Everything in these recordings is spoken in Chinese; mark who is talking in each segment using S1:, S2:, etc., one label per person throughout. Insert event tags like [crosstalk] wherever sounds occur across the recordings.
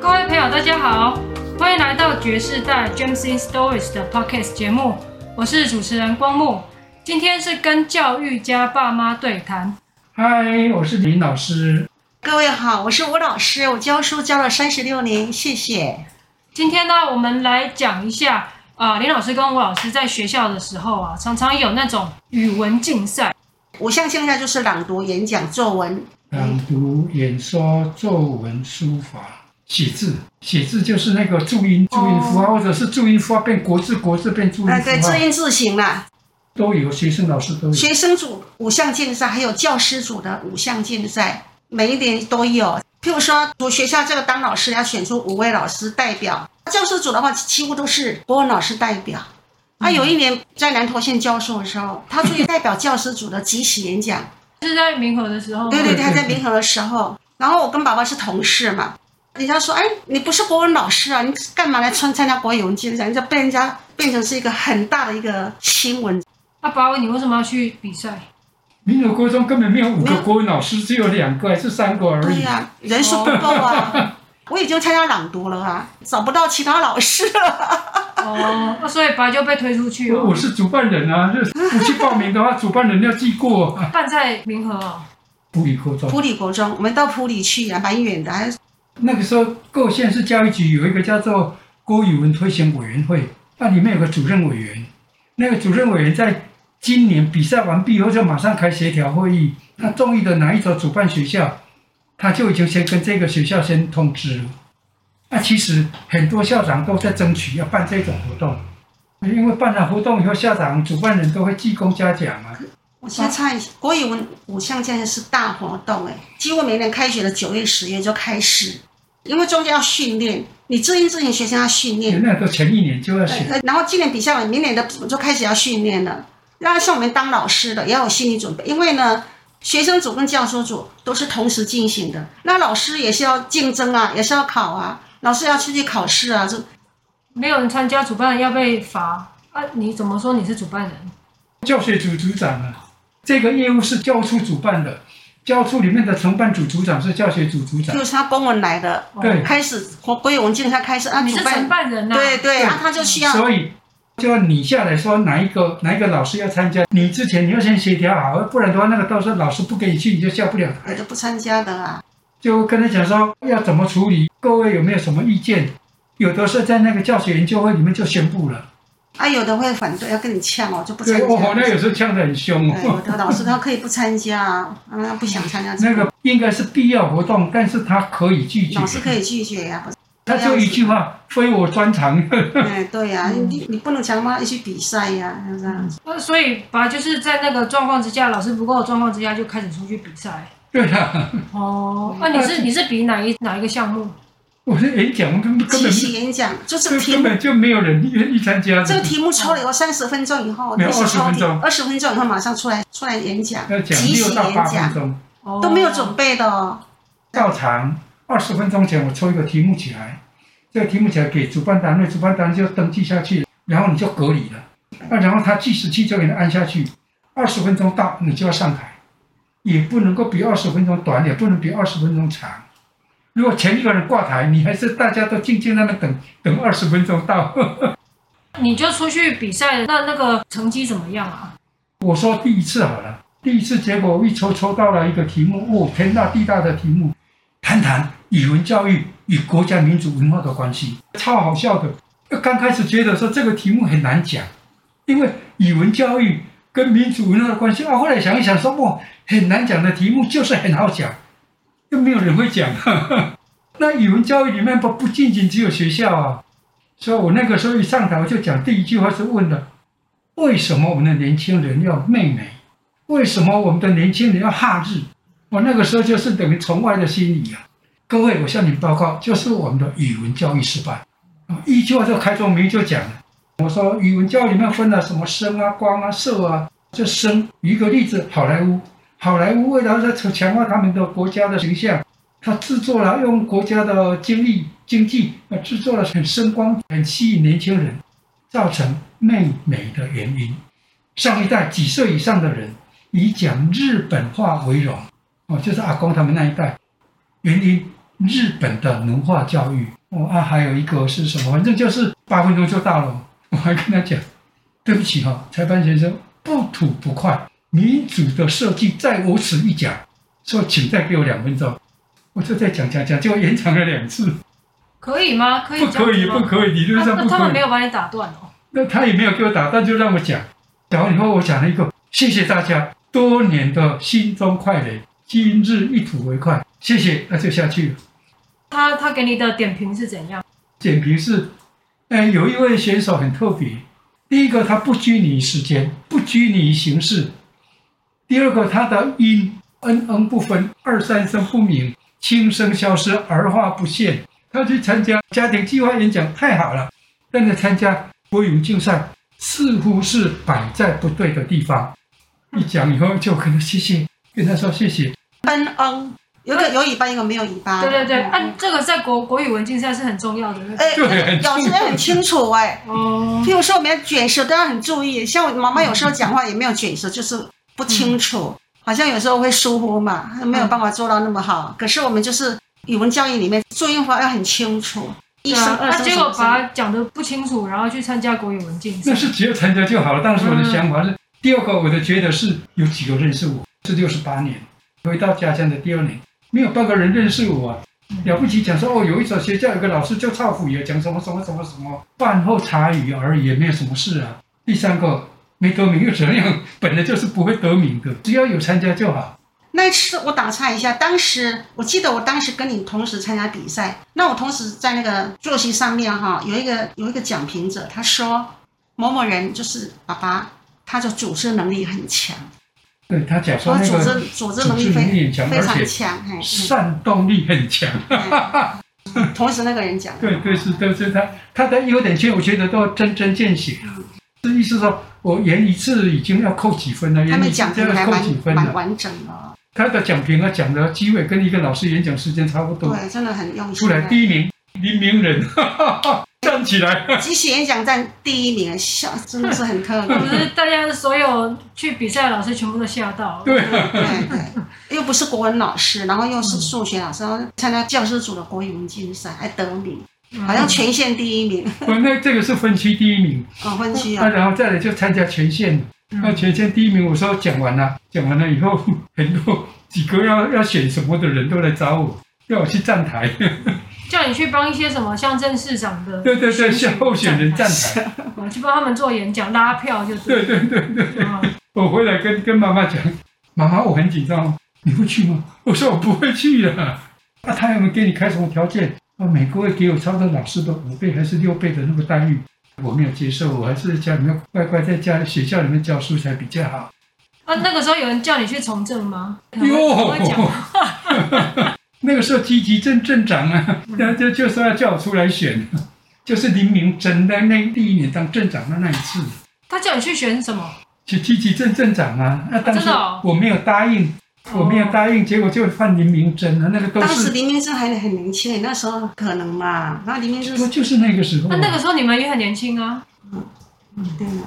S1: 各位朋友，大家好，欢迎来到爵士代 James in Stories 的 Podcast 节目，我是主持人光木。今天是跟教育家爸妈对谈，
S2: 嗨，我是林老师。
S3: 各位好，我是吴老师，我教书教了三十六年，谢谢。
S1: 今天呢，我们来讲一下啊、林老师跟吴老师在学校的时候啊，常常有那种语文竞赛。
S3: 我像现在就是朗读、演讲、作文，
S2: 朗读、演说、作文、书法、写字。写字就是那个注音、注音符号，或者是注音符号变国字，国字变注音
S3: 哦啊，对，
S2: 符号
S3: 自，音自行啦。
S2: 都有学生老师都有。
S3: 学生组五项竞赛，还有教师组的五项竞赛，每一年都有。譬如说，我学校这个当老师要选出五位老师代表，教师组的话几乎都是国文老师代表。啊，有一年在南投县教授的时候，他出去代表教师组的集体演讲，
S1: 是在民和的时候吗，
S3: 对对
S2: 对
S3: 对，他在
S2: 对
S3: 民和的时候，然后我跟爸爸是同事嘛，人家说，哎，你不是国文老师啊，你干嘛来参参加国语文竞赛？你就被人家变成是一个很大的一个新闻。
S1: 那啊爸爸，你为什么要去比赛？
S2: 民族国中根本没有五
S3: 没
S2: 个
S3: 有
S2: 国文老师，只有两个还是三个而
S3: 对
S2: 已。
S3: 呀、人数不够啊。 [laughs] 我已经参加朗读了啊，找不到其他老师了。
S1: 哦，那所以爸就被推出去
S2: 我
S1: 哦
S2: 我，是主办人啊，就是不去报名的话，主办人要记过啊。
S1: 办在民和哦。
S2: 普里国中
S3: 普里国中，我们到普里去啊，蛮远的。还
S2: 那个时候，各县市教育局有一个叫做郭语文推行委员会，那里面有个主任委员，那个主任委员在今年比赛完毕以后就马上开协调会议，那中意的哪一所主办学校，他就已经先跟这个学校先通知了。那其实很多校长都在争取要办这种活动，因为办了活动以后，校长、主办人都会记功嘉奖啊。
S3: 我先唱一下，国语文五项竞赛是大活动哎、几乎每年开学的九月、十月就开始，因为中间要训练，你自音自行学生要训练，
S2: 那个前一年就要选，
S3: 呃然后今年比赛完，明年的就开始要训练了。那像我们当老师的也要有心理准备，因为呢，学生组跟教师组都是同时进行的。那老师也是要竞争啊，也是要考啊，老师要出去考试啊，就
S1: 没有人参加，主办人要被罚啊！你怎么说你是主办人？
S2: 教学组组长啊，这个业务是教处主办的，教处里面的承办组组长是教学组组长
S3: 就，是他公文来的，
S2: 对，
S3: 开始国国语文竞赛开始啊，
S1: 你
S3: 主
S1: 是承
S3: 办
S1: 办人呐、
S3: 对对，
S2: 对
S3: 啊，他就需要
S2: 所以就你下来说哪一个哪一个老师要参加，你之前你要先协调好，不然的话那个到时候老师不给你去，你就下不了
S3: 有
S2: 台，
S3: 的不参加的啊，
S2: 就跟他讲说要怎么处理，各位有没有什么意见？有的是在那个教学研究会里面就宣布了，
S3: 啊，有的会反对，要跟你呛哦，就不参
S2: 对，
S3: 加。
S2: 哦，那有时候呛得很凶
S3: 对，有
S2: 哦。
S3: 的老师他可以不参加啊，啊，他不想参加
S2: [laughs]
S3: 这
S2: 那个应该是必要活动，但是他可以拒绝
S3: 老，师可以拒绝呀、不是
S2: 他就一句话，非我专长。 [laughs]
S3: 哎，对呀、
S2: 嗯
S3: 你你不能强迫他去比赛呀、是不是啊？
S1: 那所以吧，就是在那个状况之下，老师不够的状况之下，就开始出去比赛。
S2: 对啊。
S1: 哦，那、你是你是比哪一哪一个项目？
S2: 我的演讲根本根
S3: 即
S2: 本
S3: 席演讲就是
S2: 根
S3: 题
S2: 根
S3: 目，
S2: 本就没有人愿意参加的。
S3: 这个题目抽了以后三十分钟以后，
S2: 没有
S3: 就是
S2: 20分钟
S3: 二十分钟以后马上出来出来演讲
S2: 要，讲
S3: 即
S2: 六
S3: 席
S2: 到
S3: 演
S2: 八分
S3: 讲
S2: 钟，
S1: 哦，
S3: 都没有准备的哦。
S2: 到场二十分钟前我抽一个题目起来，这个题目起来给主办单位，主办单位就登记下去，然后你就隔离了，那然后他计时器就给你按下去，二十分钟到你就要上台，也不能够比二十分钟短，也不能比二十分钟长。如果前一个人挂台，你还是大家都静静在那等等二十分钟到。
S1: 你就出去比赛，那那个成绩怎么样啊？
S2: 我说第一次好了，第一次结果我一抽抽到了一个题目，哦，天大地大的题目，谈谈语文教育与国家民族文化的关系，超好笑的。刚开始觉得说这个题目很难讲，因为语文教育跟民族文化的关系啊，后来想一想说，哇，很难讲的题目就是很好讲，又没有人会讲。 [laughs] 那语文教育里面不不仅仅只有学校啊，所以我那个时候一上台我就讲第一句话是问的。为什么我们的年轻人要媚美？为什么我们的年轻人要哈日？我那个时候就是等于崇拜的心理啊！各位，我向你们报告，就是我们的语文教育失败。啊一句话就开宗明义就讲了，我说语文教育里面分了什么声啊、光啊、色啊，这声。一个例子，好莱坞，好莱坞为了要强化他们的国家的形象，他制作了用国家的经历、经济，呃制作了很声光、很吸引年轻人。造成媚美的原因。上一代几岁以上的人以讲日本话为荣，哦，就是阿公他们那一代，源于日本的奴化教育。哦啊，还有一个是什么？反正就是八分钟就到了。 [laughs] 我还跟他讲，对不起哈、裁判先生，不吐不快，民主的设计在我此一讲，说请再给我两分钟。我就在讲讲讲，就延长了两次，
S1: 可以吗？可以
S2: 不
S1: 这样
S2: 可以，
S1: 子吗
S2: 不可以，理论
S1: 啊
S2: 上
S1: 那
S2: 不
S1: 他
S2: 可
S1: 们
S2: 以
S1: 没。有把你打断哦。
S2: 那他也没有给我打断，就让我讲。讲完以后，我讲了一个，谢谢大家多年的心中快垒，今日一吐为快，谢谢，那就下去了。
S1: 他他给你的点评是怎样？
S2: 简评是，呃，有一位选手很特别，第一个他不拘泥于时间，不拘泥于形式；第二个他的音嗯嗯不分，二三声不明，轻声消失，儿化不现。他去参加家庭计划演讲太好了，但是参加国语竞赛似乎是摆在不对的地方。一讲以后就跟他谢谢，跟他说谢谢，
S3: 奔嗯，有一个有尾巴，一个没有尾巴。
S1: 对对对，
S3: 嗯
S1: 啊，这个在国国语文竞赛是很重要的那个。
S3: 哎、
S2: 就很
S3: 咬字也很清楚哎、
S1: 哦，
S3: 譬如说，我们要卷舌都要很注意。像我妈妈有时候讲话也没有卷舌，就是不
S2: 嗯
S3: 清楚，好像有时候会疏忽嘛，没有办法做到那么好。可是我们就是语文教育里面注音符号要很清楚，一
S1: 对
S3: 声、
S1: 啊，
S3: 二
S1: 那
S3: 声、
S1: 结果
S3: 三
S1: 把
S3: 声。
S1: 他讲的不清楚，然后去参加国语文竞赛
S2: [laughs] 那。是只有参加就好了。当时我的想法是，第二个我的觉得是有几个认识我，是六十八年回到家乡的第二年，没有半个人认识我啊。
S3: 嗯
S2: 了不起讲说哦，有一所学校有个老师叫赵虎爷，讲什么什么什么什么，饭后茶语而已，也没有什么事啊。第三个没得名又怎样？本来就是不会得名的，只要有参加就好。
S3: 那一次我打岔一下，当时我记得我当时跟你同时参加比赛，那我同时在那个坐席上面哈，有一个有一个讲评者，他说某某人就是爸爸，他的组织能力很强，
S2: 对他讲说
S3: 他
S2: 那
S3: 组
S2: 个
S3: 织组织能力
S2: 组织能力
S3: 非
S2: 很强
S3: 非
S2: 而且
S3: 常强，哎嗯嘿
S2: 煽动力很强。
S3: 嘿 [laughs] 同时那个人讲的
S2: 对对是对是他他的优点缺，我觉得都针针见血啊。这意思说，我演一次已经要扣几分了，
S3: 他
S2: 演一
S3: 们
S2: 次
S3: 讲
S2: 就
S3: 评
S2: 要
S3: 还
S2: 扣
S3: 蛮
S2: 几分
S3: 蛮
S2: 了。
S3: 完整的哦，
S2: 他的讲评啊，讲的机会跟一个老师演讲时间差不多。
S3: 对，真的很用
S2: 出
S3: 心。
S2: 来第一名，林明仁，哈哈哈 [laughs] 站起来。
S3: 即席演讲占第一名，笑真的是很特
S2: [laughs]
S3: 别
S1: 不。是大家所有去比赛的老师全部都吓到。
S2: 对啊，
S3: 对对，又不是国文老师，然后又是数学老师，然后参加教师组的国语文竞赛还得名，
S1: 嗯，
S3: 好像全县第一名，
S2: [laughs] 我那这个是分区第一名，
S3: 哦，分区
S2: 啊，
S3: 啊，
S2: 然后再来就参加全县，那
S1: 嗯
S2: 全县第一名，我说讲完了，讲完了以后， [laughs] 很多几个要要选什么的人都来找我，要我去站台。
S1: 叫你去帮一些什么乡镇市长的
S2: 对对对，
S1: 选举
S2: 向候选人站
S1: 站
S2: 台。
S1: 台，去帮他们做演讲拉票就
S2: 对
S1: 对。
S2: 对对对。
S1: 嗯
S2: 我回来跟跟妈妈讲，妈妈我很紧张哦，你会去吗？我说我不会去的。啊，他有没有给你开什么条件？啊，每个月给我超过老师的五倍还是六倍的那个待遇，我没有接受，我还是在家里面乖乖在家里学校里面教书才比较好。
S1: 啊，那个时候有人叫你去从政吗？我会讲
S2: 哟， [laughs] 那个时候积极镇镇长啊，然后就就说要叫我出来选，就是林明真的那第一年当镇长的那一次。
S1: 他叫你去选什么？啊
S2: 去积极镇镇长啊，那、当时
S1: 真的哦
S2: 我没有答应，我没有答应，结果就换林明珍了，那个都
S3: 当时
S2: 是，
S3: 黎明真还很年轻，那时候可能嘛，然后黎明真
S2: 就是就是那个时候
S1: 那
S2: 啊，
S1: 那个时候你们也很年轻啊。
S3: 对嘛，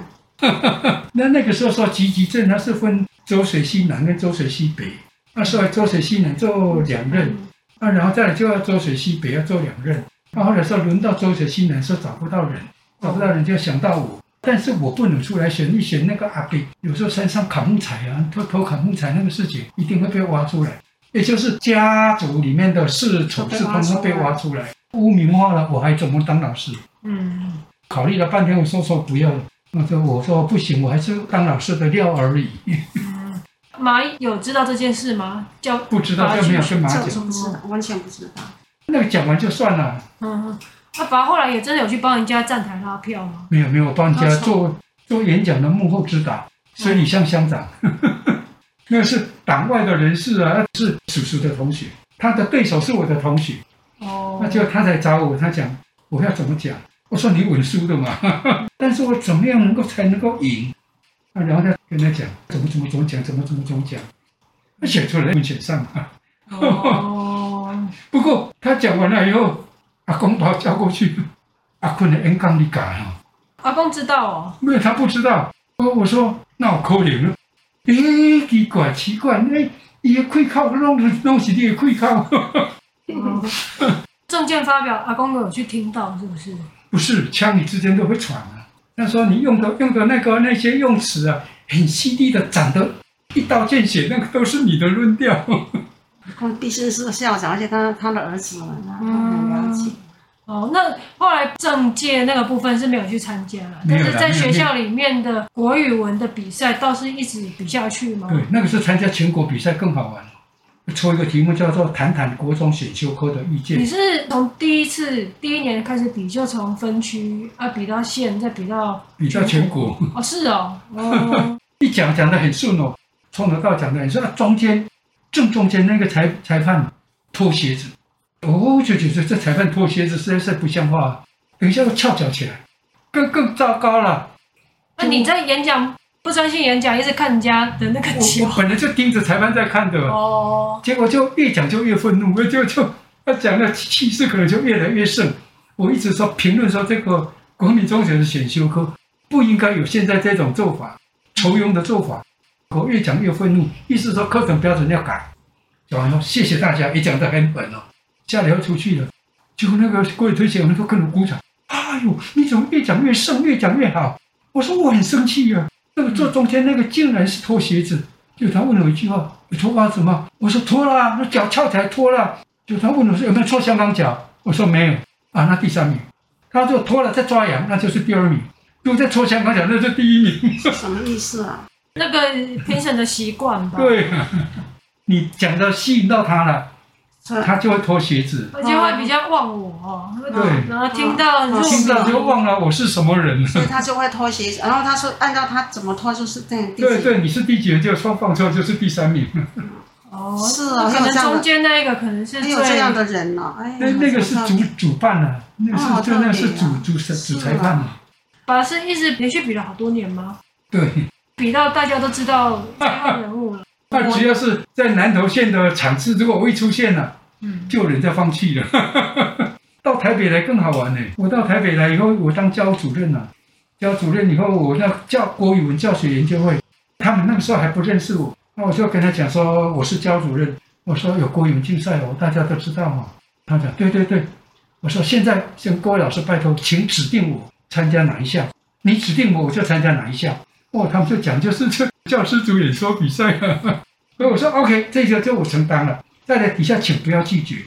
S2: 那那个时候说积极镇它是分周水西南跟周水西北，那时候周水西南做两任，啊，然后再来就要周水西北要做两任，那后来说轮到周水西南说找不到人，找不到人就想到我。但是我不能出来选，一选那个阿伯，有时候山上砍木材啊，偷偷砍木材那个事情一定会被挖出来。也就是家族里面的是丑事，通通被挖出来，污名化了，我还怎么当老师？
S1: 嗯，
S2: 考虑了半天，我说说不要了。我说我说不行，我还是当老师的料而已。 [laughs]
S1: 马有知道这件事吗？叫
S2: 不知道就没有跟妈
S3: 这
S2: 讲
S3: 我，不知道，完全不知道。
S2: 那个讲完就算了，
S1: 嗯，那爸后来也真的有去帮人家站台拉票吗？
S2: 没有没有，我帮人家
S1: 那时候
S2: 做做演讲的幕后指导，所以你像乡长， [laughs] 那是党外的人士啊，那是叔叔的同学，他的对手是我的同学，
S1: 哦，
S2: 那就他来找我，他讲我要怎么讲？我说你稳输的嘛， [laughs] 但是我怎么样能够才能够赢？啊，然后他跟他讲怎么怎么怎么讲，怎么怎么怎么讲，他写出来没写上啊。
S1: 哦，
S2: 不过他讲完了以后，阿公把我叫过去，阿坤的演讲你改哦，
S1: 阿公知道哦，
S2: 哦因为他不知道。我我说那我扣零了，诶、奇怪奇怪，诶、伊的开口拢是拢是你的开口， [laughs]
S1: 嗯证件发表，阿公有去听到是不是？
S2: 不是腔里之间都会喘啊。那时候你用的用的那个那些用词啊，很犀利的，斩得一刀见血，那个都是你的论调。 [laughs]
S3: 他毕竟是校长，而且他他的儿子嘛，他很了解。
S1: 哦，那后来政界那个部分是没有去参加了，
S2: 没
S1: 但
S2: 有啦
S1: 是在
S2: 没有
S1: 学校里面的国语文的比赛倒是一直比下去嘛。
S2: 对，那个时候参加全国比赛更好玩，抽一个题目叫做“谈谈国中选修科的意
S1: 你
S2: 见
S1: 是从第一次第一年开始比，就从分区啊比到县，再比
S2: [laughs]
S1: 到”，
S2: 比较全国。
S1: 哦是哦，
S2: [laughs]
S1: 哦
S2: 一讲讲得很顺哦，从头到讲得很顺。啊中间正中间那个裁裁判脱鞋子，哦，就觉得这裁判脱鞋子实在是不像话、啊，等一下又翘脚起来，更更糟糕了。
S1: 那你在演讲不专心演讲，一直看人家的那个
S2: 我
S1: 球
S2: 我本来就盯着裁判在看的，
S1: 哦，
S2: 结果就越讲就越愤怒，我就就他讲的气势可能就越来越盛。我一直说评论说这个国民中学的选修科不应该有现在这种做法，酬庸的做法。我越讲越愤怒，意思说课程标准要改。讲完了，谢谢大家，也讲得很稳哦。下来要出去了，结果那个各位推荐人都跟我鼓掌。哎呦，你怎么越讲越盛，越讲越好？我说我很生气啊，那个坐中间那个竟然是脱鞋子。就他问了我一句话：“你脱袜子吗？”我说：“脱了、啊，那脚翘起来脱了啊。”就他问我说：“有没有搓香港脚？”我说：“没有。”啊，那第三名。他说：“脱了再抓痒，那就是第二名；如果再搓香港脚，那就第一名。
S3: 什么意思啊？
S1: 那个评审的习惯”吧。
S2: 对，你讲的吸引到他了，
S3: 这
S2: 他就嗯会脱鞋子。
S1: 而且会比较忘我哦，
S2: 对
S1: 然后听到入
S3: 哦
S2: 听到就忘了我是什么人了。
S3: 所以他就会脱鞋子，然后他说按照他怎么脱就是这样。
S2: 对对，你是第几人？就放放错就是第三名。
S1: 哦，
S3: 是哦
S1: 可
S3: 还有
S1: 能
S3: 这样的
S1: 中间那一个可能是
S3: 还
S1: 最
S3: 有这样的人呢、哎呀，
S2: 那那个是
S3: 好特
S2: 主
S3: 别
S2: 主办啊，那个
S3: 哦
S2: 是就那个是
S3: 特别
S2: 主
S3: 啊
S2: 主
S3: 是
S2: 主
S3: 啊
S2: 裁判嘛。
S1: 把是一直连续比了好多年吗？
S2: 对。
S1: 比到大家都知道这号人物了。
S2: 那只要是在南投县的场次，如果我一出现了、
S1: 嗯，
S2: [laughs] 就有人在放弃了。到台北来更好玩呢、我到台北来以后，我当教务主任了、教主任以后，我那教国语文教学研究会，他们那个时候还不认识我，那我就跟他讲说我是教主任，我说有国语文竞赛哦，大家都知道嘛。他讲对对对，我说现在向各位老师拜托，请指定我参加哪一项，你指定我我就参加哪一项。哦，他们就讲就是这教师组演说比赛啊了，所以我说 OK，这个就我承担了。再来底下请不要拒绝，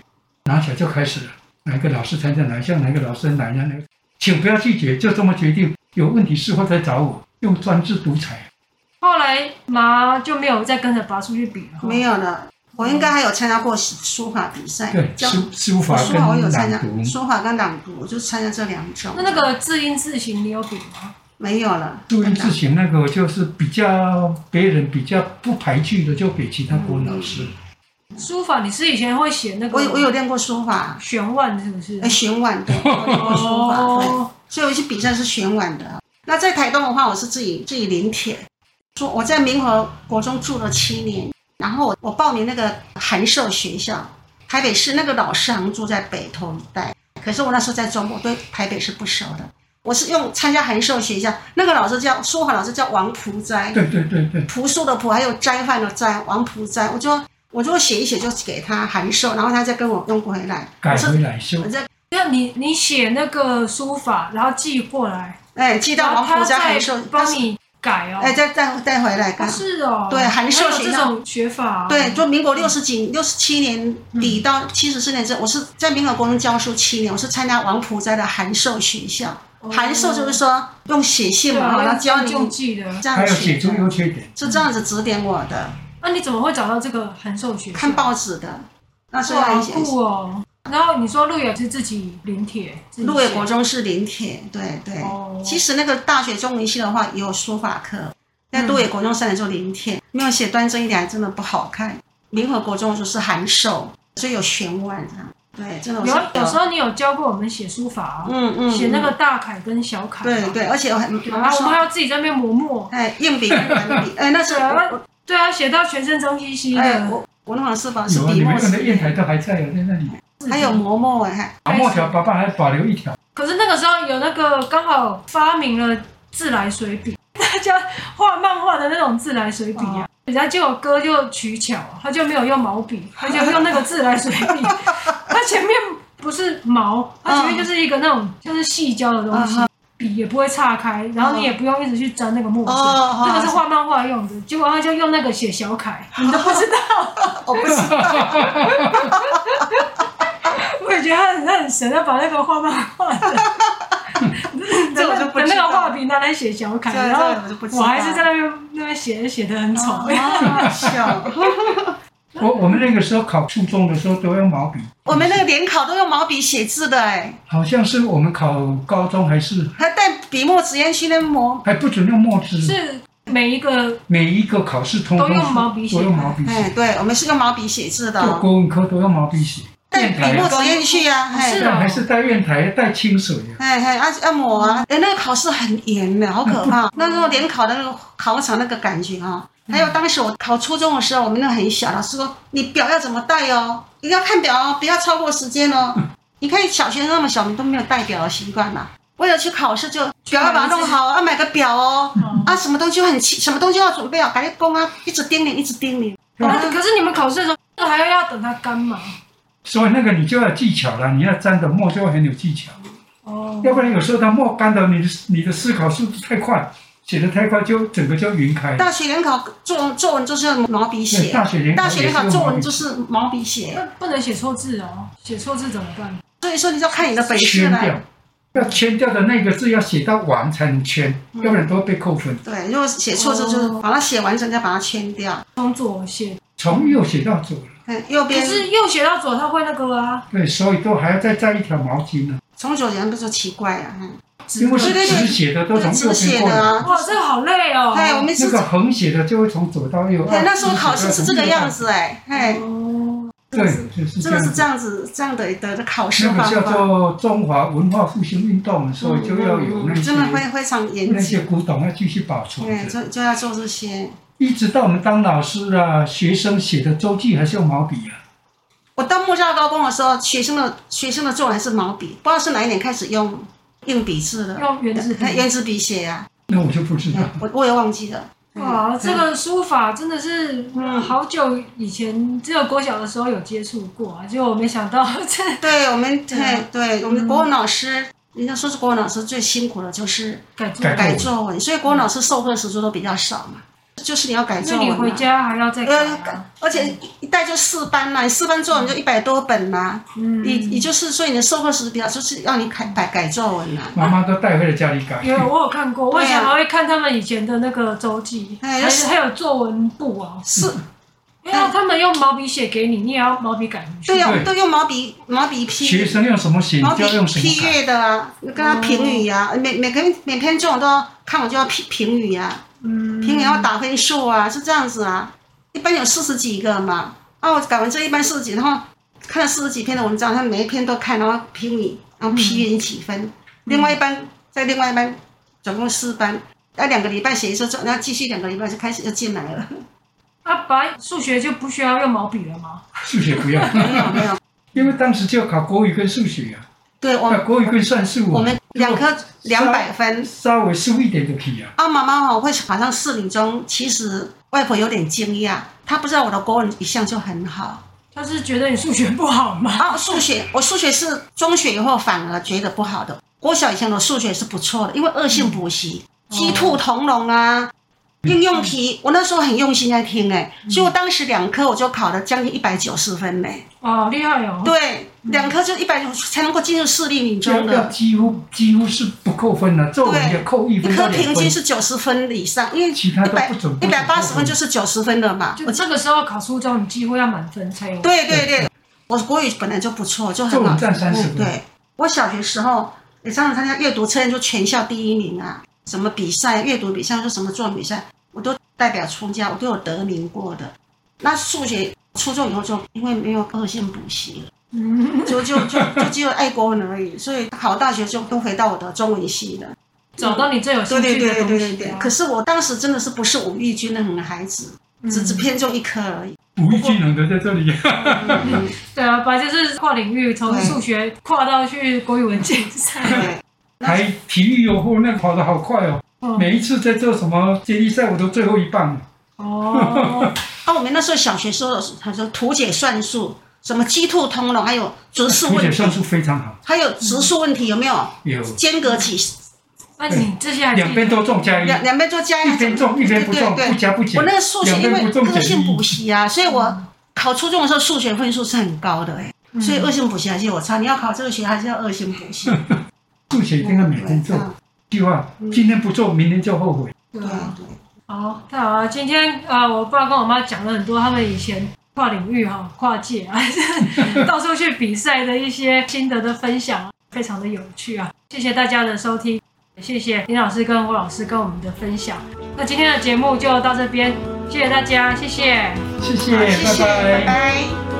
S2: 拿起来就开始了，哪一个老师参加哪一项，哪一个老师哪一项，哪一个请不要拒绝，就这么决定。有问题事后再找我，用专制独裁。
S1: 后来麻就没有再跟着拔出去比了。
S3: 没有了。我应该还有参加过书法比赛，
S2: 对，
S3: 这样
S2: 书书法
S3: 书法我有
S2: 跟
S3: 参
S2: 朗
S3: 加
S2: 读，，
S3: 书法跟朗读，我就参加这两种。
S1: 那那个字音字形你有比吗？
S3: 没有了，
S2: 注音字形那个就是比较别人比较不排拒的，就给其他国文老师。
S1: 书法你是以前会写那个？
S3: 我有我有练过
S2: [laughs]
S3: 书法，
S1: 选腕是不是
S3: 呃，？选腕对，我练过书
S1: [laughs]
S3: 法，对，
S1: 哦，
S3: 所以我去比赛是选腕的。那在台东的话，我是自己自己临帖，说我在民和国中住了七年，然后我我报名那个函授学校，台北市那个老师好像住在北投一带，可是我那时候在中部，我对台北是不熟的。我是用参加函授学校，那个老师叫书法老师叫王璞斋，
S2: 对对对对，
S3: 朴素的朴，还有斋饭的斋，王朴斋，我就我就写一写，就给他函授，然后他再跟我弄回来。
S2: 改
S3: 我是
S2: 回来修
S3: 我。在
S1: 那你你写那个书法，然后寄过来，
S3: 哎寄到
S1: 然
S3: 王
S1: 后他
S3: 朴斋函
S1: 再
S3: 授，
S1: 帮你改哦。
S3: 哎再再带回来
S1: 不
S3: 干。
S1: 是哦，
S3: 对函授
S1: 还有
S3: 学
S1: 这
S3: 校
S1: 种学法哦，
S3: 对，就民国六十几、六十七年
S1: 嗯
S3: 底到七十四年之后，我是在民和国中教书七年，我是参加王朴斋的函授学校。
S1: 哦
S3: 函授就是说用写信
S1: 对
S3: 嘛，
S1: 啊，
S3: 然后教你
S1: 用记的。
S3: 这
S2: 还
S3: 样
S2: 有写
S3: 写
S2: 出优
S3: 的，
S2: 缺点，
S3: 是这样子指点我的，
S1: 那你怎么会找到这个函授学校？
S3: 看报纸的。那时候
S1: 哇，
S3: 还
S1: 好
S3: 写
S1: 酷哦！然后你说路野是自己临帖，自己
S3: 鹿野
S1: 写
S3: 国中是临帖，对对。
S1: 哦
S3: 其实那个大学中文系的话也有书法课，在鹿野国中三年做临帖，没有写端正一点还真的不好看。民和国中就是函授，所以有旋腕啊，对，这种
S1: 有啊有时
S3: 候，
S1: 候你有教过我们写书法哦，
S3: 嗯嗯，
S1: 写那个
S3: 嗯，
S1: 大楷跟小楷，
S3: 对。对，而且我还妈
S1: 然
S3: 妈
S1: 后我们还
S3: 说，
S1: 要自己在那边磨墨，
S3: 哎，硬笔跟软笔，哎，那时
S1: 对
S3: 候
S1: 啊
S3: 我，
S1: 对啊，写到全身脏兮兮
S3: 我，哎，
S1: 的，
S3: 我我那好像是吧，是
S2: 有啊，
S3: 笔
S2: 你
S3: 墨
S2: 们看的
S3: 是，
S2: 砚台都还在啊，在那里。
S3: 还有磨墨哎，
S2: 啊，墨条爸爸还保留一条，
S1: 可是那个时候有那个刚 [laughs] 好发明了自来水笔，大家画漫画的那种自来水笔啊，人家就有哥就取巧，啊他就没有用毛笔，他就用那个自来水
S3: [laughs]
S1: 笔，他前面不是毛，他前面就是一个那种像是细胶的东西
S3: 嗯。
S1: 笔也不会岔开，然后你也不用一直去沾那个墨水，
S3: 哦
S1: 这个是画漫画用的。结果他就用那个写小楷，你都不知道。哦
S3: 我不知道，
S1: 我也觉得他很他很神，他把那个画漫画
S3: [laughs]
S1: 的
S3: 这我就不
S1: 的
S3: 知
S1: 那个画
S3: 道。
S1: 笔拿来写小楷，
S3: 这这
S1: 然后
S3: 我就不知道
S1: 我还是在那边那边写写的很丑。
S3: 啊，笑。
S2: 我我们那个时候考初中的时候都用毛笔，
S3: [laughs] 我们那个联考都用毛笔写字的哎，
S2: 好像是我们考高中还是
S3: 还带笔墨纸砚去那磨。
S2: 还不准用墨汁，
S1: 是每一个
S2: 每一个考试通通
S1: 都用毛笔写
S2: 都用毛笔
S3: 哎，
S2: 写，
S3: 对，我们是用毛笔写字的
S2: 就
S3: 哦，
S2: 国文科都用毛笔写，
S3: 带
S2: 砚台
S3: 笔墨
S2: 啊
S3: 纸砚去呀、啊，
S1: 是
S3: 哎
S1: 啊
S2: 还是带砚台带清水啊，
S3: 哎哎，按按摩啊，嗯哎，那个考试很严的，好可怕。那时候联考的那个考场那个感觉啊，还有当时我考初中的时候，我们那很小，老师说你表要怎么带哦，一定要看表哦，不要超过时间哦。
S2: 嗯
S3: [laughs] 你看小学生那么小，我们都没有带表的习惯嘛。为了去考试，就表要把它弄好，要买个表哦。啊，什么东西很齐，什么东西要准备好，赶紧工啊，一直叮咛，一直叮咛。
S1: 哦，那可是你们考试的时候，那还要要等它干嘛？
S2: 所以那个你就要技巧了，你要沾的墨就很有技巧，
S1: 哦，
S2: 要不然有时候它墨干的，你的你的思考速度太快，写的太快就整个就晕开了。
S3: 大学联考作文作文就是用毛笔
S2: 对，
S3: 写，啊
S2: 大学联考
S3: 大学
S2: 哎也
S3: 联
S2: 是
S3: 考
S2: 用
S3: 作
S2: 毛
S3: 文
S2: 笔
S3: 就，是毛笔写，
S1: 那不能写错字哦，写错字怎么办？
S3: 所以说你就看你的本事
S2: 圈
S3: 了。
S2: 掉，要圈掉的那个字要写到完才能圈，
S3: 嗯
S2: 要不然都会被扣分。
S3: 对，如果写错字就是
S1: 哦
S3: 把它写完整，再把它圈掉。
S1: 从左写，
S2: 从右写到左了，
S3: 嗯，右
S1: 可
S3: 边
S1: 是右写到左，它会那个啊，
S2: 对，所以都还要再蘸一条毛巾呢，
S3: 从左人不说奇怪啊，嗯，
S2: 因为
S1: 直的
S2: 是
S3: 对对
S2: 直写的都从
S3: 直
S2: 右
S3: 写
S2: 边过
S3: 的
S2: 来，
S3: 啊。
S1: 哇，这个好累哦。
S3: 哎，我们
S2: 那
S3: 是，
S2: 个横写的就会从左到右。
S3: 对，
S2: 啊
S3: 那时候考试是这个样，子哎，哎，
S1: 哦，
S2: 直写的对，就是
S3: 真
S2: 这
S3: 的
S2: 样
S3: 是这
S2: 子。
S3: 样子这样的的考试
S2: 那个
S3: 方
S2: 叫
S3: 法，
S2: 做中华文化复兴运动，所以就要有那些
S3: 嗯真的非非常严
S2: 那些
S3: 谨，
S2: 古董要继续保存
S3: 对，
S2: 着，
S3: 就就要做这些。
S2: 一直到我们当老师啊，学生写的周记还是用毛笔啊。
S3: 我到木栅高工的时候，学生的学生的作文还是毛笔，不知道是哪一年开始用硬笔字的，
S1: 用圆珠
S2: 嗯
S1: 笔
S3: 哎原子笔写啊，
S2: 那我就不知道，
S3: 我我也忘记了。
S1: 哇，
S3: 嗯
S1: 哦这个书法真的是，嗯，
S3: 嗯
S1: 好久以前只有国小的时候有接触过啊，结果我没想到 [laughs] 这
S3: 对我们，
S1: 对啊
S3: 对对，我们国文老师，人家说是国文老师最辛苦的就是
S1: 改作
S2: 改
S1: 文，
S3: 改作文，所以国文老师授课时数都比较少嘛，就是你要改
S1: 那
S3: 作文
S1: 你
S3: 嘛
S1: 回家还要再改
S3: 呃
S1: 啊，，
S3: 而且一带就四班嘛，你四班作文就一百多本嘛，
S1: 嗯，
S3: 你你就是所以你的授课时比较就是让你改改改作文啊啦，
S2: 妈妈都带回了家里改。
S1: 有我有看过，我以前
S3: 对啊
S1: 还会看他们以前的那个周记，
S3: 哎
S1: 还
S3: 就是是
S1: 还有作文簿啊，
S3: 是，
S1: 因为他们用毛笔写给你，你也要毛笔改回去。
S3: 对呀，我啊
S2: 对
S3: 们都用毛笔毛笔
S2: 学
S3: 批。
S2: 生用什么写，你
S3: 毛
S2: 就
S3: 笔
S2: 要用什
S3: 批
S2: 么改。
S3: 阅的啊，跟他评语啊，每每个每篇作文都要看，我就要评评语啊。
S1: 嗯，
S3: 评语要打分数啊，是这样子啊。一般有四十几个嘛，啊，我改完这一般四十几，然后看了四十几篇的文章，他每一篇都看，然后评你，然后批你几分。另外一班在另外一班，总共四班，那两个礼拜写一次作，然后继续两个礼拜就开始要进来了。
S1: 啊，把数学就不需要用毛笔了吗？
S2: 数学不要，
S3: [laughs] 没有没有，
S2: 因为当时就考国语跟数学啊，
S3: 对我
S2: 那国语跟算术
S3: 我
S2: 啊，
S3: 们两科两百分。
S2: 稍微输一点就可以啊。
S3: 啊，妈妈哦，会考上四零中，其实外婆有点惊讶，她不知道我的国文一向就很好。
S1: 他是觉得你数学不好吗？
S3: 啊，数学，我数学是中学以后反而觉得不好的。国小以前我数学是不错的，因为恶性补习，
S2: 嗯
S3: 鸡兔同笼啊，应用题，我那时候很用心在听哎、
S2: 嗯
S3: 所以我当时两科我就考了将近一百九十分呢、
S1: 哦，厉害哦！
S3: 对，
S2: 嗯
S3: 两科就一百九才能够进入市立女
S2: 要要
S3: 中的，
S2: 几乎几乎是不扣分的，作文也扣一
S3: 一
S2: 分
S3: 科
S2: 到两
S3: 平
S2: 分
S3: 均，是九十分以上，因为
S2: 其他
S3: 一
S2: 都
S3: 百
S2: 不准。
S3: 一百八十分就是是九十分了嘛。
S1: 就
S3: 我
S1: 这个时候考初中，你几乎要满分才有。
S3: 啊对对对，我国语本来就不错，就很
S2: 作
S3: 好嗯
S2: 文。占30分
S3: 对，我小学时候也常常参加阅读测验，就全校第一名啊，什么比赛、阅读比赛，说什么作文比赛，我都代表出家，我都有得名过的。那数学初中以后就因为没有恶性补习了，
S1: 嗯，
S3: 就就就就只有爱国文而已，所以考大学就都回到我的中文系了。
S1: 找到你最有兴
S3: 对对
S1: 趣
S3: 对
S1: 的
S3: 对
S1: 东
S3: 对对
S1: 西
S3: 对
S1: 啊。。
S3: 可是我当时真的是不是武力军那种孩子，只只偏重一科而已。
S2: 五一技能的在这
S3: [laughs]
S2: 里，
S3: 嗯
S1: 对啊，本来就是跨领域，从
S3: 对
S1: 数学跨到去国语文竞赛。
S3: 对，
S2: 还体育有后那跑得好快哦
S1: 嗯。
S2: 每一次在做什么接力赛，我都最后一棒，
S1: 哦，
S3: 啊，我们那时候小学时候，他说图解算术，什么鸡兔通笼，还有植树
S2: 图解
S3: 问
S2: 算
S3: 题，
S2: 术非常好，
S3: 还有植树问题有没有？
S2: 有
S3: 间隔几
S1: 那你这些还记
S2: 两边都中加一，
S3: 两两嗯边做加
S2: 一边中一边不中，
S3: 对对
S2: 不加不减
S3: 我。那个数学
S2: 两
S3: 因
S2: 边
S3: 为
S2: 不中
S3: 个性
S2: 减一
S3: 补习啊，所以我考初中的时候数学分数是很高的哎、所以二性补习还是有差。你要考这个学还是要二性补 [laughs] 习？
S2: 数学一定要每天做
S3: 嗯
S2: 计划，今天不做，明天就后悔。
S3: 对对，
S1: 好，太好了！今天啊、呃我爸跟我妈讲了很多他们以前跨领域哈、跨界啊，还是到处去比赛的一些心得的分享，非常的有趣啊！谢谢大家的收听，也谢谢林老师跟吴老师跟我们的分享。那今天的节目就到这边，谢谢大家，谢谢。
S2: 谢谢，
S3: 好谢谢，拜拜